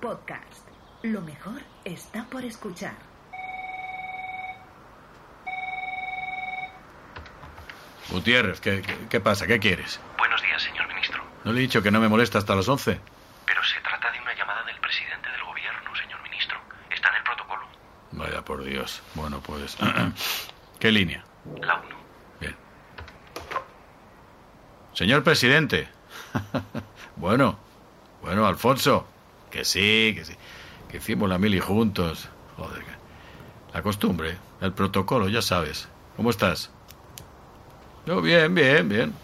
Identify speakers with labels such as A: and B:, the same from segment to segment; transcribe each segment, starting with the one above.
A: Podcast. Lo mejor está por escuchar.
B: Gutiérrez, ¿qué, qué, qué pasa? ¿Qué quieres?
C: Buenos días, señor ministro.
B: ¿No le he dicho que no me molesta hasta las 11?
C: Pero se trata de una llamada del presidente del gobierno, señor ministro. Está en el protocolo.
B: Vaya por Dios. Bueno, pues... ¿Qué línea?
C: La 1.
B: Bien. Señor presidente. bueno, bueno, Alfonso. Que sí, que sí. Que hicimos la mili juntos. Joder. La costumbre, el protocolo, ya sabes. ¿Cómo estás? Yo bien, bien, bien.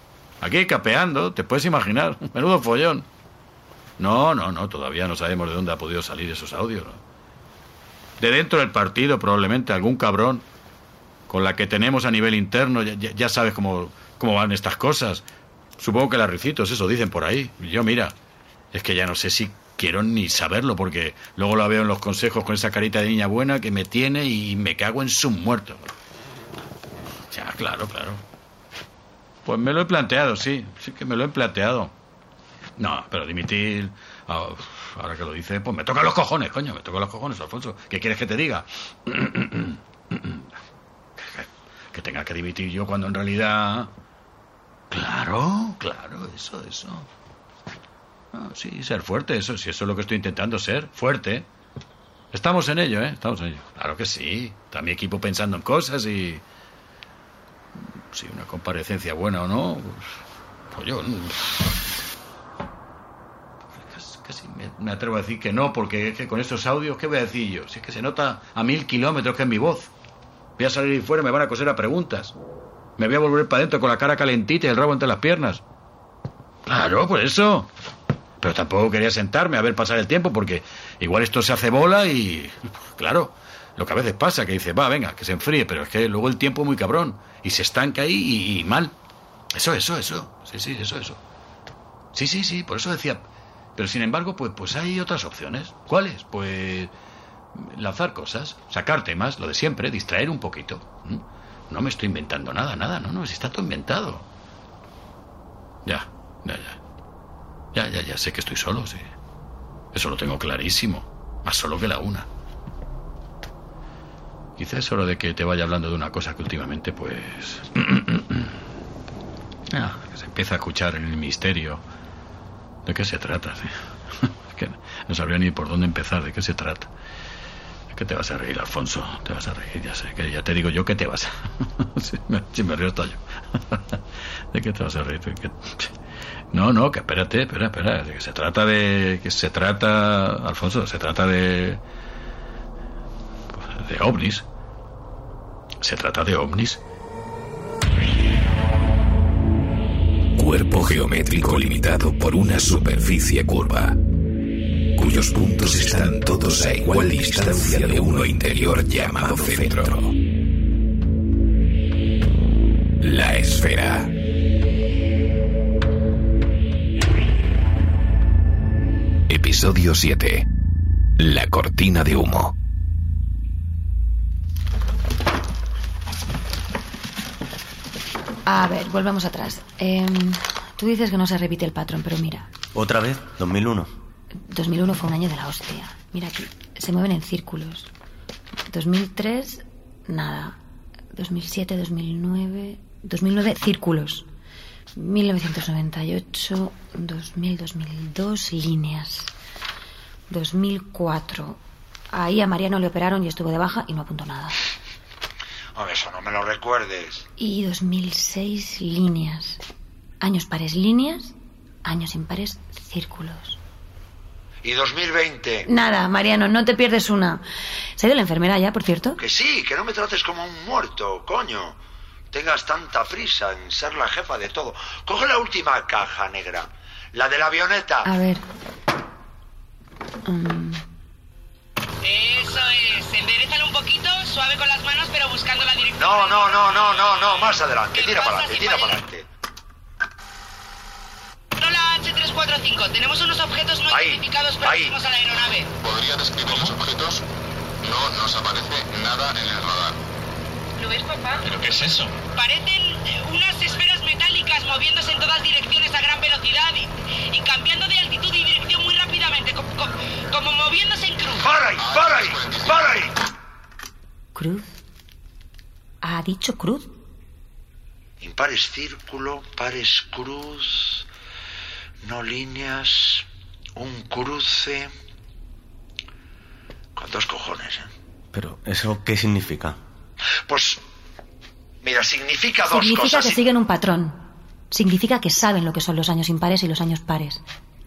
B: Aquí capeando, te puedes imaginar. Menudo follón. No, no, no, todavía no sabemos de dónde ha podido salir esos audios. ¿no? De dentro del partido, probablemente algún cabrón con la que tenemos a nivel interno, ya, ya- ya sabes cómo, cómo van estas cosas. Supongo que las ricitos, eso dicen por ahí. Yo, mira, es que ya no sé si quiero ni saberlo, porque luego la veo en los consejos con esa carita de niña buena que me tiene y me cago en su muerto. Ya, claro, claro. Pues me lo he planteado, sí, sí que me lo he planteado. No, pero dimitir. ah, uf, Ahora que lo dice, pues me toca los cojones, coño, me toca los cojones, Alfonso. ¿Qué quieres que te diga? que tenga que dimitir yo cuando en realidad. Claro, claro, eso, eso. Ah, sí, ser fuerte, eso, sí, eso es lo que estoy intentando ser, fuerte. Estamos en ello, ¿eh? Estamos en ello. Claro que sí. Está mi equipo pensando en cosas y. Si una comparecencia buena o no. Pues yo. Casi- Casi me, me atrevo a decir que no, porque es que con estos audios, ¿qué voy a decir yo? Si es que se nota a mil kilómetros que es mi voz. Voy a salir ahí fuera y me van a coser a preguntas. Me voy a volver para adentro con la cara calentita y el rabo entre las piernas. Claro, por eso. Pero tampoco quería sentarme a ver pasar el tiempo porque igual esto se hace bola y... Claro, lo que a veces pasa, que dices, va, venga, que se enfríe, pero es que luego el tiempo es muy cabrón y se estanca ahí y, y mal. Eso, eso, eso. Sí, sí, eso, eso. Sí, sí, sí, por eso decía... Pero sin embargo, pues, pues hay otras opciones. ¿Cuáles? Pues lanzar cosas, sacar temas, lo de siempre, distraer un poquito. ¿Mm? No me estoy inventando nada, nada, no, no, si está todo inventado. Ya, ya, ya. Ya, ya, ya, sé que estoy solo, sí. Eso lo tengo clarísimo. Más solo que la una. Quizás es hora de que te vaya hablando de una cosa que últimamente, pues. ah, que se empieza a escuchar en el misterio. ¿De qué se trata? sí? Es que no sabría ni por dónde empezar, ¿de qué se trata? Es que te vas a reír, Alfonso. Te vas a reír, ya sé. Que ya te digo yo que te vas. a- si, me, si me río hasta yo. ¿De qué te vas a reír? ¿De qué? No, no, que espérate, espera, espera. Que se trata de. Que se trata. Alfonso, se trata de. de ovnis. Se trata de ovnis.
D: Cuerpo geométrico limitado por una superficie curva, cuyos puntos están todos a igual distancia de uno interior llamado centro. La esfera. Episodio 7. La cortina de humo.
E: A ver, volvamos atrás. Em, tú dices que no se repite el patrón, pero mira,
F: Otra vez, 2001.
E: 2001 fue un año de la hostia. Mira aquí, se mueven en círculos. 2003, nada. 2007, 2009, 2009, círculos. 1998, 2000, 2002, líneas. 2004. Ahí a Mariano le operaron y estuvo de baja y no apuntó nada.
G: Hombre, eso no me lo recuerdes.
E: Y 2006 líneas. Años pares líneas, años impares círculos.
G: Y 2020.
E: Nada, Mariano, no te pierdes una. ¿Se ha ido la enfermera ya, por cierto?
G: Que sí, que no me trates como un muerto, coño. Tengas tanta prisa en ser la jefa de todo. Coge la última caja negra. La de la avioneta.
E: A ver. Mm,
H: Eso es, enderezalo un poquito, suave con las manos, pero buscando la dirección.
G: No, no, no, no, no, no. Más adelante.
H: ¿Qué
G: Tira para
H: pasa
G: adelante,
H: si
G: tira
H: falla?
G: para adelante.
H: Controla H345, tenemos unos objetos no
G: Ahí,
H: identificados
G: ahí.
H: próximos a la aeronave.
I: ¿Podría describir los objetos? No nos aparece nada en el radar.
H: ¿Lo ves, papá?
C: ¿Qué es eso?
H: Parecen eh, unas esferas metálicas moviéndose en todas direcciones a gran velocidad y, y cambiando de altitud y dirección muy rápidamente, co- como, co- como moviéndose en cruz.
G: ¡Para ahí! ¡Para ahí! ¡Para ahí!
E: Cruz. ¿Ha dicho cruz?
G: Impares círculo, pares cruz, no líneas, un cruce. Con dos cojones, ¿eh?
F: Pero, ¿eso qué significa?
G: Pues. Mira, significa dos
E: Significa
G: cosas.
E: que
G: y-
E: siguen un patrón. Significa que saben lo que son los años impares y los años pares.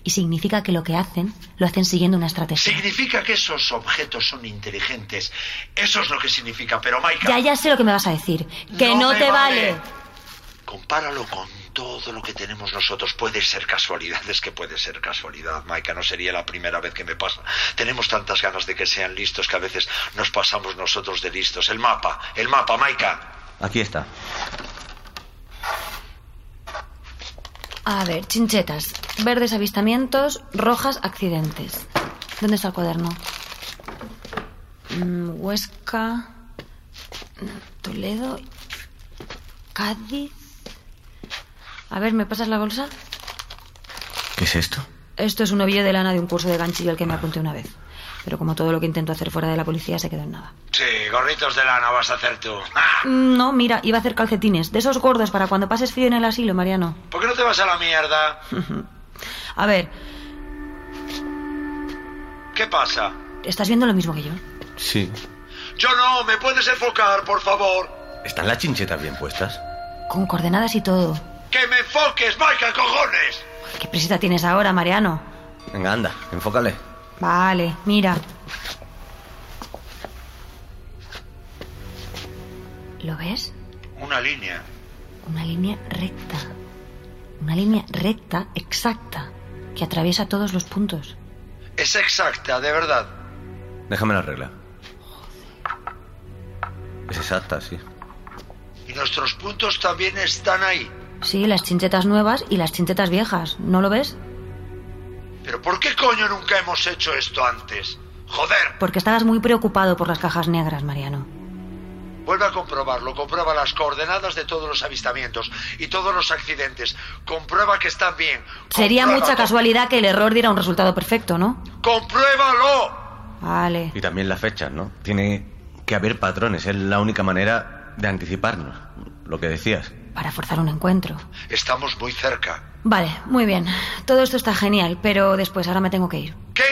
E: Y significa que lo que hacen, lo hacen siguiendo una estrategia.
G: Significa que esos objetos son inteligentes. Eso es lo que significa. Pero, Maika.
E: Ya, ya sé lo que me vas a decir. Que no,
G: me
E: te vale.
G: Compáralo con todo lo que tenemos nosotros. Puede ser casualidad, es que puede ser casualidad, Maika. No sería la primera vez que me pasa. Tenemos tantas ganas de que sean listos que a veces nos pasamos nosotros de listos. El mapa, el mapa, Maika.
F: Aquí está.
E: A ver, chinchetas. Verdes avistamientos, rojas accidentes. ¿Dónde está el cuaderno? Mm, Huesca, mm, Toledo, Cádiz. A ver, ¿me pasas la bolsa?
F: ¿Qué es esto? Ah.
E: Esto es un ovillo de lana de un curso de ganchillo al que me apunté una vez. Pero como todo lo que intento hacer fuera de la policía se quedó en nada.
G: Sí, gorritos de lana vas a hacer tú.
E: Mm, No, mira, iba a hacer calcetines. De esos gordos para cuando pases frío en el asilo, Mariano.
G: ¿Por qué no te vas a la mierda?
E: A ver,
G: ¿Qué pasa?
E: ¿estás viendo lo mismo que yo?
F: Sí.
G: Yo no, ¿me puedes enfocar, por favor?
F: ¿Están las chinchetas bien puestas?
E: Con coordenadas y todo.
G: ¡Que me enfoques, Maika, cojones!
E: ¿Qué prisa tienes ahora, Mariano?
F: Venga, anda, enfócale.
E: Vale, mira. ¿Lo ves?
G: Una línea.
E: Una línea recta. Una línea recta, exacta, que atraviesa todos los puntos.
G: Es exacta, de verdad.
F: Déjame la regla. Es exacta, sí.
G: Y nuestros puntos también están ahí.
E: Sí, las chinchetas nuevas y las chinchetas viejas. ¿No lo ves?
G: ¿Pero por qué coño nunca hemos hecho esto antes? Joder,
E: Porque estabas muy preocupado por las cajas negras, Mariano.
G: vuelve a comprobarlo. Comprueba las coordenadas de todos los avistamientos y todos los accidentes. Comprueba que están bien.
E: Sería
G: Compruébalo.
E: mucha casualidad que el error diera un resultado perfecto, ¿no?
G: ¡Compruébalo!
E: Vale.
F: Y también las fechas, ¿no? Tiene que haber patrones, es la única manera de anticiparnos. Lo que decías.
E: Para forzar un encuentro.
G: Estamos muy cerca.
E: Vale, muy bien. Todo esto está genial, pero después ahora me tengo que ir.
G: ¿Qué?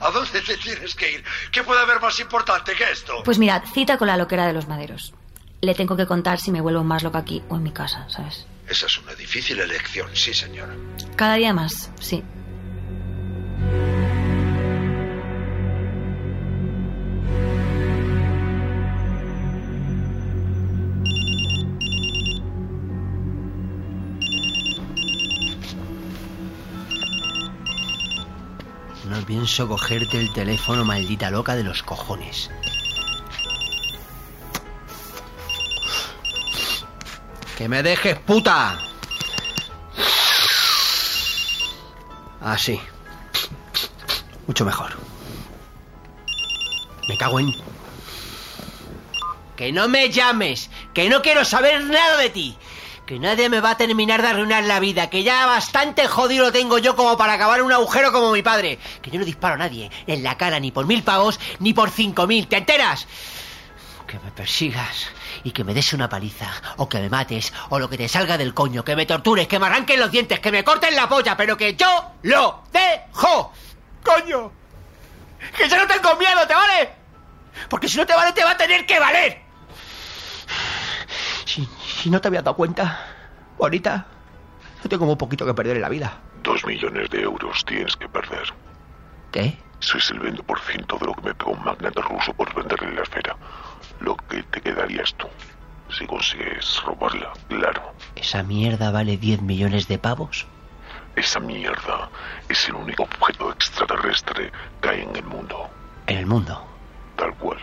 G: ¿A dónde te tienes que ir? ¿Qué puede haber más importante que esto?
E: Pues mirad, cita con la loquera de los maderos. Le tengo que contar si me vuelvo más loca aquí o en mi casa, ¿sabes?
G: Esa es una difícil elección, sí, señora.
E: Cada día más, sí.
J: No pienso cogerte el teléfono, maldita loca de los cojones. ¡Que me dejes, puta! Así. Mucho mejor. Me cago en... Que no me llames, que no quiero saber nada de ti. Que nadie me va a terminar de arruinar la vida, que ya bastante jodido lo tengo yo como para acabar en un agujero como mi padre. Que yo no disparo a nadie, en la cara, ni por mil pavos, ni por cinco mil, ¿te enteras? Que me persigas y que me des una paliza, o que me mates, o lo que te salga del coño, que me tortures, que me arranquen los dientes, que me corten la polla, pero que yo lo dejo. ¡Coño! ¡Que yo no tengo miedo, ¿te vale? Porque si no te vale, te va a tener que valer. Si, si no te habías dado cuenta, bonita, yo tengo un poquito que perder en la vida.
I: Dos millones de euros tienes que perder.
J: ¿Qué?
I: Sois el 20% de lo que me pegó un magnate ruso por venderle la esfera. Lo que te quedarías tú. Si consigues robarla, claro.
J: ¿Esa mierda vale 10 millones de pavos?
I: Esa mierda es el único objeto extraterrestre que hay en el mundo.
J: En el mundo.
I: Tal cual.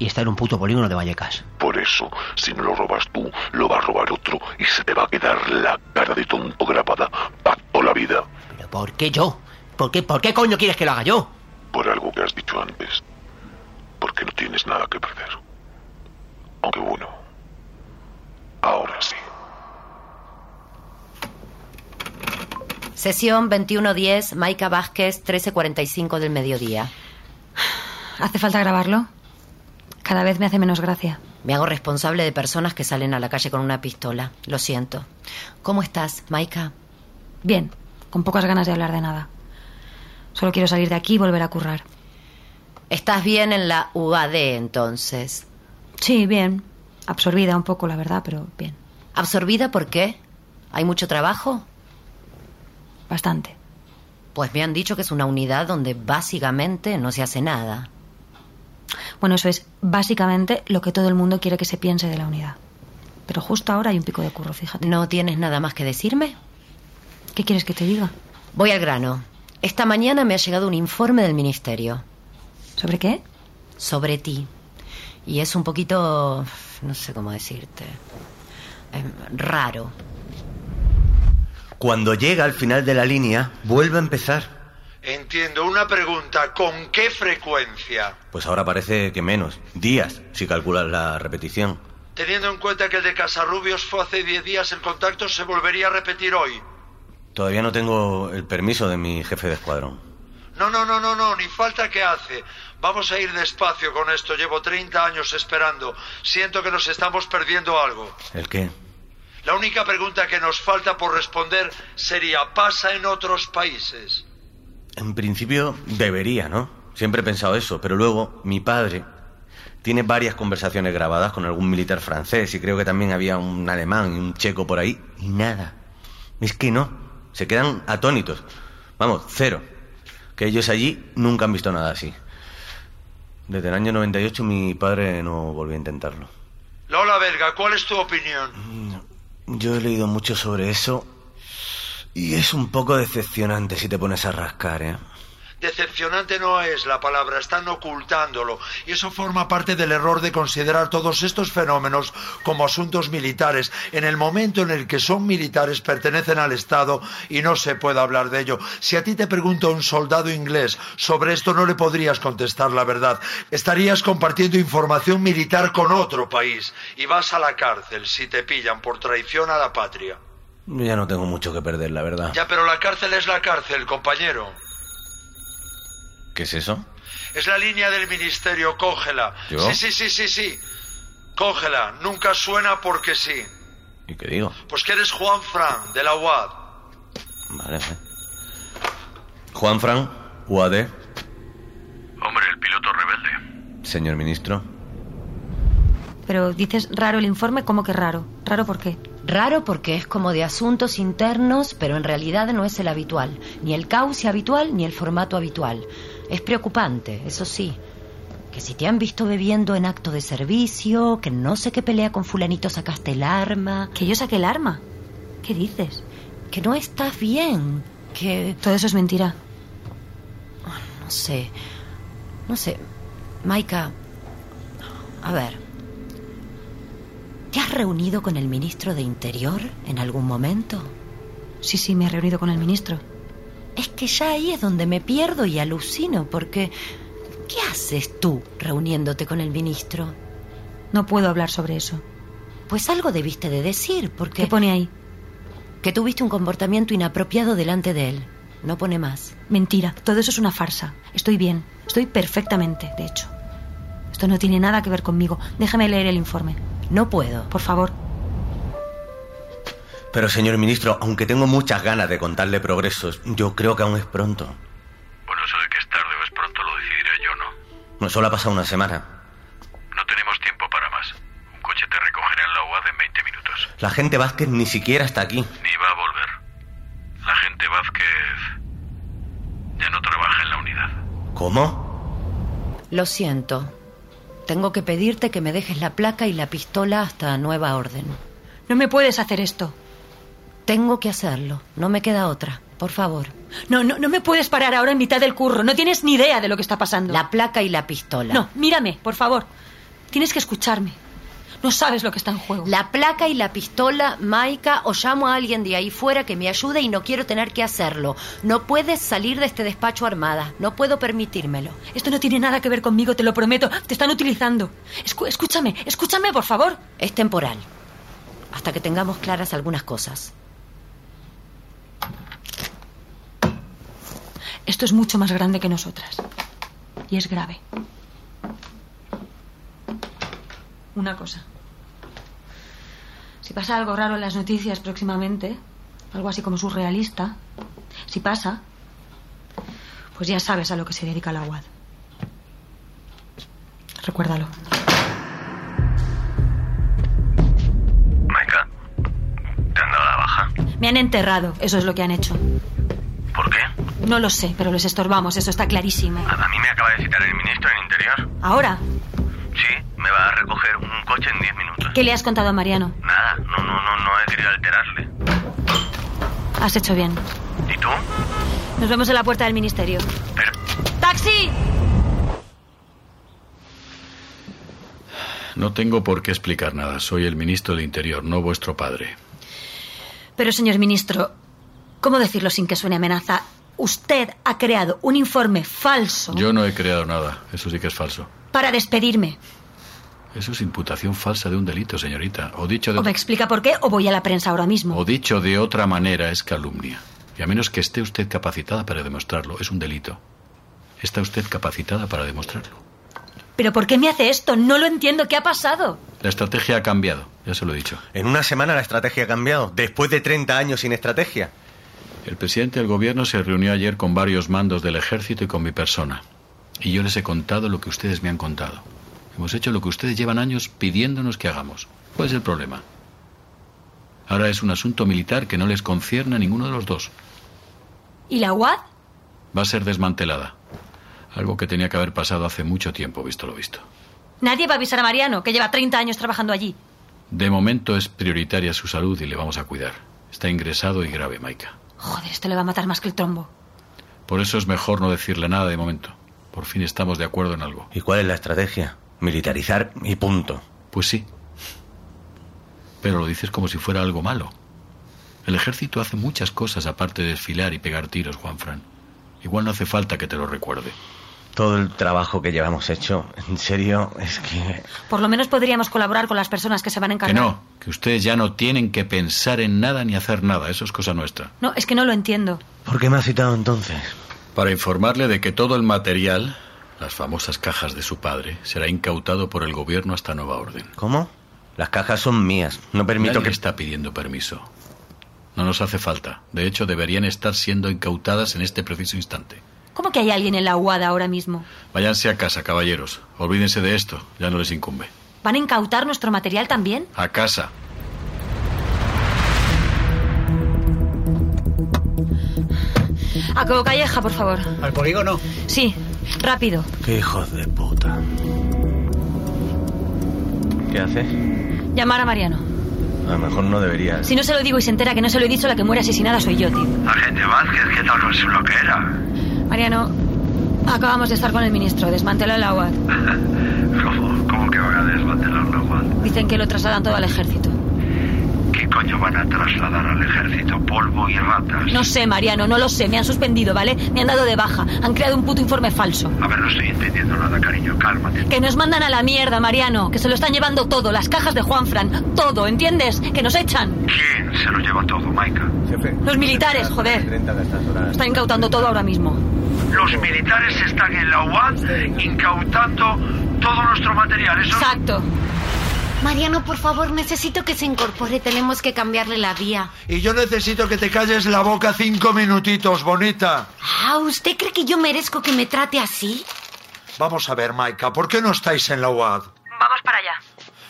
J: Y está en un puto polígono de Vallecas.
I: Por eso, si no lo robas tú, lo va a robar otro y se te va a quedar la cara de tonto grabada para toda la vida.
J: ¿Pero por qué yo? ¿Por qué, por qué coño quieres que lo haga yo?
I: Por algo que has dicho antes. Porque no tienes nada que perder. Aunque bueno. Ahora sí.
K: Sesión 2110, Maica Vázquez, 1345 del mediodía.
E: ¿Hace falta grabarlo? Cada vez me hace menos gracia.
K: Me hago responsable de personas que salen a la calle con una pistola. Lo siento. ¿Cómo estás, Maika?
E: Bien, con pocas ganas de hablar de nada. Solo quiero salir de aquí y volver a currar.
K: ¿Estás bien en la UAD entonces?
E: Sí, bien. Absorbida un poco, la verdad, pero bien.
K: ¿Absorbida por qué? ¿Hay mucho trabajo?
E: Bastante.
K: Pues me han dicho que es una unidad donde básicamente no se hace nada.
E: Bueno, eso es básicamente lo que todo el mundo quiere que se piense de la unidad. Pero justo ahora hay un pico de curro, fíjate.
K: ¿No tienes nada más que decirme?
E: ¿Qué quieres que te diga?
K: Voy al grano. Esta mañana me ha llegado un informe del ministerio.
E: ¿Sobre qué?
K: Sobre ti. Y es un poquito... no sé cómo decirte. Eh, raro.
F: Cuando llega al final de la línea, vuelve a empezar.
G: Entiendo, una pregunta, ¿con qué frecuencia?
F: Pues ahora parece que menos. Días, si calculas la repetición.
G: Teniendo en cuenta que el de Casarrubios fue hace 10 días, el contacto se volvería a repetir hoy.
F: Todavía no tengo el permiso de mi jefe de escuadrón.
G: No, no, no, no, no, ni falta que hace. Vamos a ir despacio con esto. Llevo 30 años esperando. Siento que nos estamos perdiendo algo.
F: ¿El qué?
G: La única pregunta que nos falta por responder sería, ¿pasa en otros países?
F: En principio debería, ¿no? Siempre he pensado eso, pero luego mi padre tiene varias conversaciones grabadas con algún militar francés y creo que también había un alemán y un checo por ahí y nada. Es que no, se quedan atónitos. Vamos, cero. Que ellos allí nunca han visto nada así. Desde el año 98 mi padre no volvió a intentarlo.
G: Lola Verga, ¿cuál es tu opinión?
F: Yo he leído mucho sobre eso y es un poco decepcionante si te pones a rascar, ¿eh?
G: Decepcionante no es la palabra, están ocultándolo. Y eso forma parte del error de considerar todos estos fenómenos como asuntos militares. En el momento en el que son militares pertenecen al Estado y no se puede hablar de ello. Si a ti te pregunta un soldado inglés sobre esto no le podrías contestar la verdad. Estarías compartiendo información militar con otro país y vas a la cárcel si te pillan por traición a la patria.
F: Ya no tengo mucho que perder, la verdad.
G: Ya, pero la cárcel es la cárcel, compañero.
F: ¿Qué es eso?
G: Es la línea del ministerio, cógela.
F: ¿Yo?
G: Sí, sí, sí, sí, sí. Cógela, nunca suena porque sí.
F: ¿Y qué digo?
G: Pues que eres Juan Fran, de la UAD.
F: Vale, vale. Juan Fran, UAD,
I: Hombre, el piloto rebelde.
F: señor ministro.
E: Pero dices raro el informe, ¿cómo que raro? ¿Raro por qué?
K: Raro porque es como de asuntos internos, pero en realidad no es el habitual. Ni el cauce habitual, ni el formato habitual. Es preocupante, eso sí. Que si te han visto bebiendo en acto de servicio, que no sé qué pelea con fulanito sacaste el arma.
E: ¿Que yo saqué el arma? ¿Qué dices?
K: Que no estás bien. Que...
E: Todo eso es mentira.
K: No sé. No sé. Maika. A ver. ¿Te has reunido con el ministro de Interior en algún momento?
E: Sí, sí, me he reunido con el ministro.
K: Es que ya ahí es donde me pierdo y alucino, porque ¿qué haces tú reuniéndote con el ministro?
E: No puedo hablar sobre eso.
K: Pues algo debiste de decir,
E: ¿Qué,
K: porque
E: pone ahí?
K: que tuviste un comportamiento inapropiado delante de él. No pone más.
E: Mentira, todo eso es una farsa. Estoy bien, estoy perfectamente, de hecho. Esto no tiene nada que ver conmigo. Déjame leer el informe,
K: No puedo.
E: por favor.
F: Pero, señor ministro, aunque tengo muchas ganas de contarle progresos, yo creo que aún es pronto.
I: Bueno, eso de que es tarde o es pronto lo decidiré yo, ¿no?
F: No solo ha pasado una semana.
I: No tenemos tiempo para más. Un coche te recogerá en la UAD en 20 minutos.
F: La gente Vázquez ni siquiera está aquí.
I: Ni va a volver. La gente Vázquez ya no trabaja en la unidad.
F: ¿Cómo?
K: Lo siento. Tengo que pedirte que me dejes la placa y la pistola hasta nueva orden.
E: No me puedes hacer esto.
K: Tengo que hacerlo. No me queda otra. Por favor.
E: No, no, no me puedes parar ahora en mitad del curro. No tienes ni idea de lo que está pasando.
K: La placa y la pistola.
E: No, mírame, por favor. Tienes que escucharme. No sabes lo que está en juego.
K: La placa y la pistola, Maika, o llamo a alguien de ahí fuera que me ayude y no quiero tener que hacerlo. No puedes salir de este despacho armada. No puedo permitírmelo.
E: Esto no tiene nada que ver conmigo, te lo prometo. Te están utilizando. Escu- escúchame, escúchame, por favor.
K: Es temporal. Hasta que tengamos claras algunas cosas.
E: Esto es mucho más grande que nosotras. Y es grave. Una cosa. Si pasa algo raro en las noticias próximamente, algo así como surrealista, si pasa, pues ya sabes a lo que se dedica la UAD. Recuérdalo.
I: Maika, te han dado la baja.
E: Me han enterrado, eso es lo que han hecho.
I: ¿Por qué?
E: No lo sé, pero les estorbamos, eso está clarísimo.
I: A mí me acaba de citar el ministro del Interior.
E: Ahora,
I: Sí, me va a recoger un coche en 10 minutos.
E: ¿qué le has contado a Mariano?
I: Nada, no, no, no, no he querido alterarle.
E: Has hecho bien.
I: ¿Y tú?
E: Nos vemos en la puerta del ministerio. ¡Taxi!
B: No tengo por qué explicar nada. Soy el ministro de Interior, no vuestro padre.
E: Pero, señor ministro, ¿cómo decirlo sin que suene amenaza? Usted ha creado un informe falso
B: Yo no he creado nada. Eso sí que es falso.
E: para despedirme.
B: Eso es imputación falsa de un delito, señorita. O dicho
E: O me
B: de,
E: explica por qué o voy a la prensa ahora mismo.
B: o dicho de otra manera, es calumnia. Y a menos que esté usted capacitada para demostrarlo, es un delito. ¿Está usted capacitada para demostrarlo?
E: ¿Pero por qué me hace esto? No lo entiendo. ¿Qué ha pasado?
B: La estrategia ha cambiado, ya se lo he dicho.
F: En una semana la estrategia ha cambiado, después de 30 años sin estrategia.
B: El presidente del gobierno se reunió ayer con varios mandos del ejército y con mi persona. Y yo les he contado lo que ustedes me han contado. Hemos hecho lo que ustedes llevan años pidiéndonos que hagamos. ¿Cuál es el problema? Ahora es un asunto militar que no les concierne a ninguno de los dos.
E: ¿Y la UAD?
B: Va a ser desmantelada. Algo que tenía que haber pasado hace mucho tiempo, visto lo visto.
E: Nadie va a avisar a Mariano, que lleva 30 años trabajando allí.
B: De momento es prioritaria su salud y le vamos a cuidar. Está ingresado y grave, Maika.
E: Joder, esto le va a matar más que el trombo.
B: Por eso es mejor no decirle nada de momento. Por fin estamos de acuerdo en algo.
F: ¿Y cuál es la estrategia? Militarizar y punto.
B: Pues sí. Pero lo dices como si fuera algo malo. El ejército hace muchas cosas aparte de desfilar y pegar tiros, Juanfran. Igual no hace falta que te lo recuerde.
F: Todo el trabajo que llevamos hecho, en serio, es que...
E: Por lo menos podríamos colaborar con las personas que se van a
B: Que
E: encargar.
B: no, que ustedes ya no tienen que pensar en nada ni hacer nada. Eso es cosa nuestra.
E: No, es que no lo entiendo.
F: ¿Por qué me ha citado entonces?
B: Para informarle de que todo el material, las famosas cajas de su padre, será incautado por el gobierno hasta nueva orden.
F: ¿Cómo? Las cajas son mías. No permito
B: Nadie
F: que...
B: está pidiendo permiso. No nos hace falta. De hecho, deberían estar siendo incautadas en este preciso instante.
E: ¿Cómo que hay alguien en la UAD ahora mismo?
B: Váyanse a casa, caballeros. Olvídense de esto. Ya no les incumbe.
E: ¿Van a incautar nuestro material también?
B: A casa.
E: A Cobo Calleja, por favor.
G: Al polígono.
E: Sí, rápido.
F: ¡Qué hijos de puta! ¿Qué haces?
E: Llamar a Mariano.
F: A lo mejor no deberías.
E: Si no se lo digo y se entera que no se lo he dicho, la que muere asesinada soy yo, tío.
I: Agente Vázquez, ¿qué tal con su loquera?
E: Mariano, acabamos de estar con el ministro. Desmanteló el agua.
I: ¿Cómo, cómo que van a desmantelar la UAD?
E: Dicen que lo trasladan todo al ejército.
I: ¿Qué coño van a trasladar al ejército? Polvo y ratas.
E: No sé, Mariano, no lo sé. Me han suspendido, ¿vale? Me han dado de baja. Han creado un puto informe falso.
I: A ver, no estoy entendiendo nada, cariño, cálmate.
E: Que nos mandan a la mierda, Mariano. Que se lo están llevando todo. Las cajas de Juanfran. Todo, ¿entiendes? Que nos echan.
I: ¿Quién se lo lleva todo, Maika?
E: Los militares, joder. Están incautando todo ahora mismo.
I: Los militares están en la UAD incautando todo nuestro material. Eso
E: Exacto.
L: Mariano, por favor, necesito que se incorpore. Tenemos que cambiarle la vía.
G: Y yo necesito que te calles la boca cinco minutitos, bonita.
L: Ah, ¿usted cree que yo merezco que me trate así?
G: Vamos a ver, Maika, ¿por qué no estáis en la UAD?
E: Vamos para allá.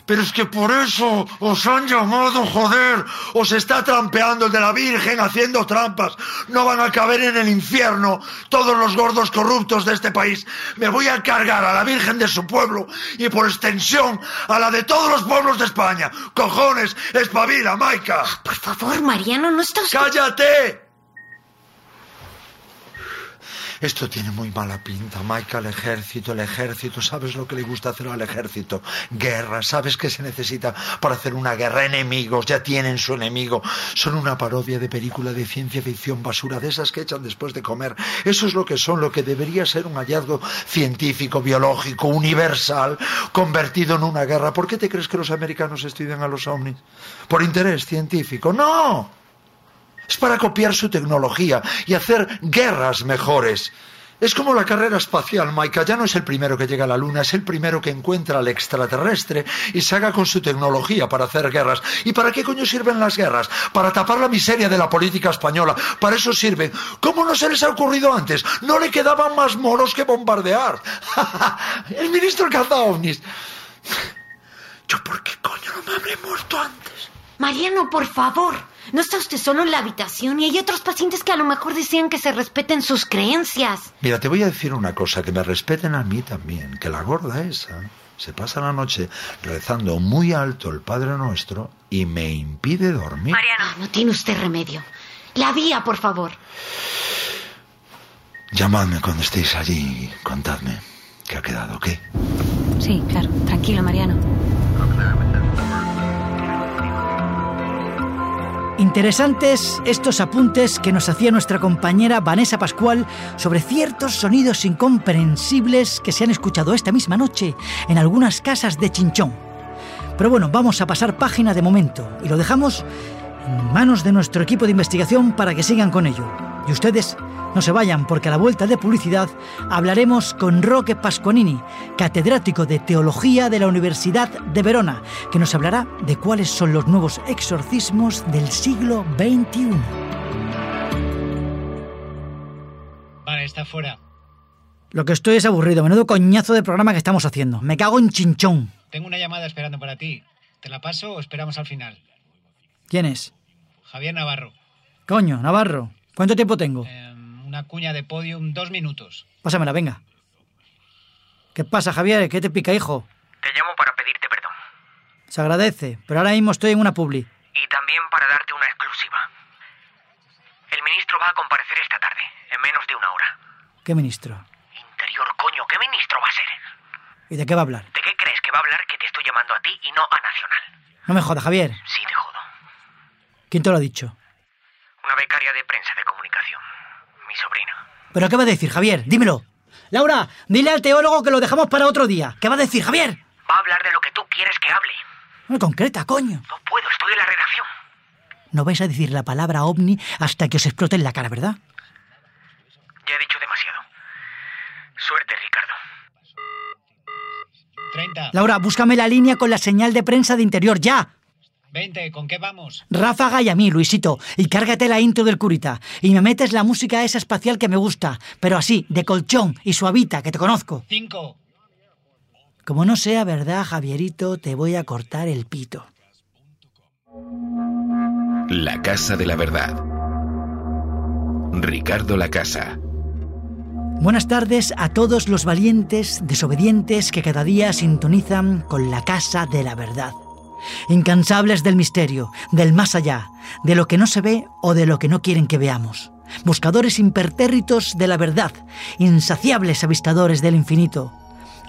G: Pero es que por eso os han llamado, joder. Os está trampeando el de la Virgen haciendo trampas. No van a caber en el infierno todos los gordos corruptos de este país. Me voy a cargar a la Virgen de su pueblo y por extensión a la de todos los pueblos de España. Cojones, espabila, Maica.
L: Por favor, Mariano, no estás...
G: ¡Cállate! Esto tiene muy mala pinta, Maika, el ejército, el ejército, ¿sabes lo que le gusta hacer al ejército? Guerra, ¿sabes qué se necesita para hacer una guerra? Enemigos, ya tienen su enemigo. Son una parodia de película de ciencia ficción basura, de esas que echan después de comer. Eso es lo que son, lo que debería ser un hallazgo científico, biológico, universal, convertido en una guerra. ¿Por qué te crees que los americanos estudian a los ovnis? ¿Por interés científico? ¡No! Es para copiar su tecnología y hacer guerras mejores. Es como la carrera espacial, Maika. Ya no es el primero que llega a la Luna, es el primero que encuentra al extraterrestre y se haga con su tecnología para hacer guerras. ¿Y para qué coño sirven las guerras? Para tapar la miseria de la política española. Para eso sirven. ¿Cómo no se les ha ocurrido antes? No le quedaban más moros que bombardear. el ministro caza ovnis. ¿Yo por qué coño no me habré muerto antes?
K: Mariano, por favor. No está usted solo en la habitación y hay otros pacientes que a lo mejor desean que se respeten sus creencias.
G: Mira, te voy a decir una cosa, que me respeten a mí también, que la gorda esa se pasa la noche rezando muy alto el Padre Nuestro y me impide dormir.
K: Mariano, Ah, no tiene usted remedio. La vía, por favor.
G: Llamadme cuando estéis allí y contadme qué ha quedado, ¿qué?
E: Sí, claro. Tranquilo, Mariano.
M: Interesantes estos apuntes que nos hacía nuestra compañera Vanessa Pascual sobre ciertos sonidos incomprensibles que se han escuchado esta misma noche en algunas casas de Chinchón. Pero bueno, vamos a pasar página de momento y lo dejamos en manos de nuestro equipo de investigación para que sigan con ello. Y ustedes no se vayan porque a la vuelta de publicidad hablaremos con Roque Pasquanini, catedrático de Teología de la Universidad de Verona, que nos hablará de cuáles son los nuevos exorcismos del siglo XXI.
N: Vale, está fuera.
M: Lo que estoy es aburrido, menudo coñazo de programa que estamos haciendo. Me cago en chinchón.
N: Tengo una llamada esperando para ti. ¿Te la paso o esperamos al final?
M: ¿Quién es?
N: Javier Navarro. Em,
M: Coño, Navarro. ¿Cuánto tiempo tengo?
N: Una cuña de podium, dos minutos.
M: Pásamela, venga. ¿Qué pasa, Javier? ¿Qué te pica, hijo?
I: Te llamo para pedirte perdón.
M: Se agradece, pero ahora mismo estoy en una publi.
I: Y también para darte una exclusiva. El ministro va a comparecer esta tarde, en menos de una hora.
M: ¿Qué ministro?
I: Interior, coño, ¿qué ministro va a ser?
M: ¿Y de qué va a hablar?
I: ¿De qué crees que va a hablar que te estoy llamando a ti y no a Nacional?
M: No me jodas, Javier.
I: Sí, te jodo.
M: ¿Quién te lo ha dicho?
I: Una becaria de prensa de comunicación. Mi sobrina.
M: ¿Pero qué va a decir, Javier? Dímelo. Laura, dile al teólogo que lo dejamos para otro día. ¿Qué va a decir, Javier?
I: Va a hablar de lo que tú quieres que hable.
M: No me concreta, coño.
I: No puedo, estoy en la redacción.
M: No vais a decir la palabra ovni hasta que os explote en la cara, ¿verdad?
I: Ya he dicho demasiado. Suerte, Ricardo.
N: 30,
M: Laura, búscame la línea con la señal de prensa de interior, ya.
N: 20, ¿con qué vamos?
M: Ráfaga y a mí, Luisito, y cárgate la intro del curita. Y me metes la música esa espacial que me gusta, pero así, de colchón y suavita, que te conozco.
N: 5.
M: Como no sea verdad, Javierito, te voy a cortar el pito.
D: La Casa de la Verdad. Ricardo La Casa.
M: Buenas tardes a todos los valientes, desobedientes que cada día sintonizan con la Casa de la Verdad. Incansables del misterio, del más allá, de lo que no se ve o de lo que no quieren que veamos. Buscadores impertérritos de la verdad, insaciables avistadores del infinito.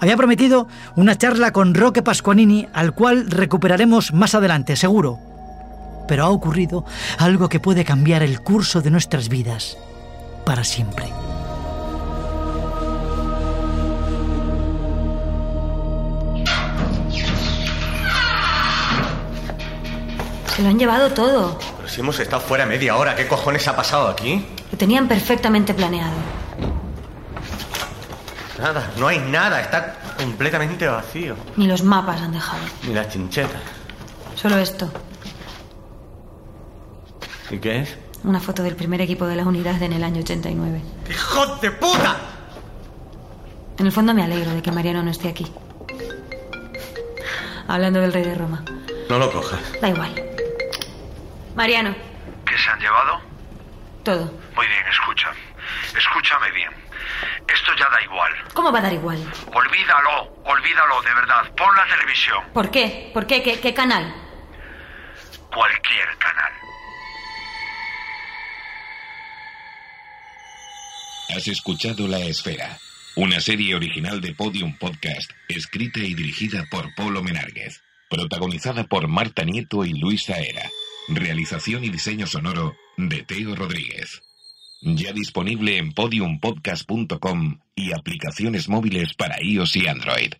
M: Había prometido una charla con Roque Pasquanini, al cual recuperaremos más adelante, seguro. Pero ha ocurrido algo que puede cambiar el curso de nuestras vidas para siempre.
E: Se lo han llevado todo.
F: Pero si hemos estado fuera media hora, ¿qué cojones ha pasado aquí?
E: Lo tenían perfectamente planeado.
F: Nada, no hay nada, está completamente vacío.
E: Ni los mapas han dejado.
F: Ni las chinchetas.
E: Solo esto.
F: ¿Y qué es?
E: Una foto del primer equipo de la unidad en el año 89.
F: ¡Hijo de puta!
E: En el fondo me alegro de que Mariano no esté aquí. Hablando del rey de Roma.
F: No lo cojas.
E: Da igual. Mariano,
O: ¿Qué se han llevado?
E: todo.
O: Muy bien, escucha. Escúchame bien. Esto ya da igual.
E: ¿Cómo va a dar igual?
O: Olvídalo, olvídalo, de verdad. Pon la televisión,
E: ¿Por qué? ¿Por qué? ¿Qué, qué canal?
O: cualquier canal.
D: Has escuchado La Esfera, una serie original de Podium Podcast, escrita y dirigida por Polo Menárguez, protagonizada por Marta Nieto y Luisa Era. Realización y diseño sonoro de Teo Rodríguez. Ya disponible en podiumpodcast.com y aplicaciones móviles para iOS y Android.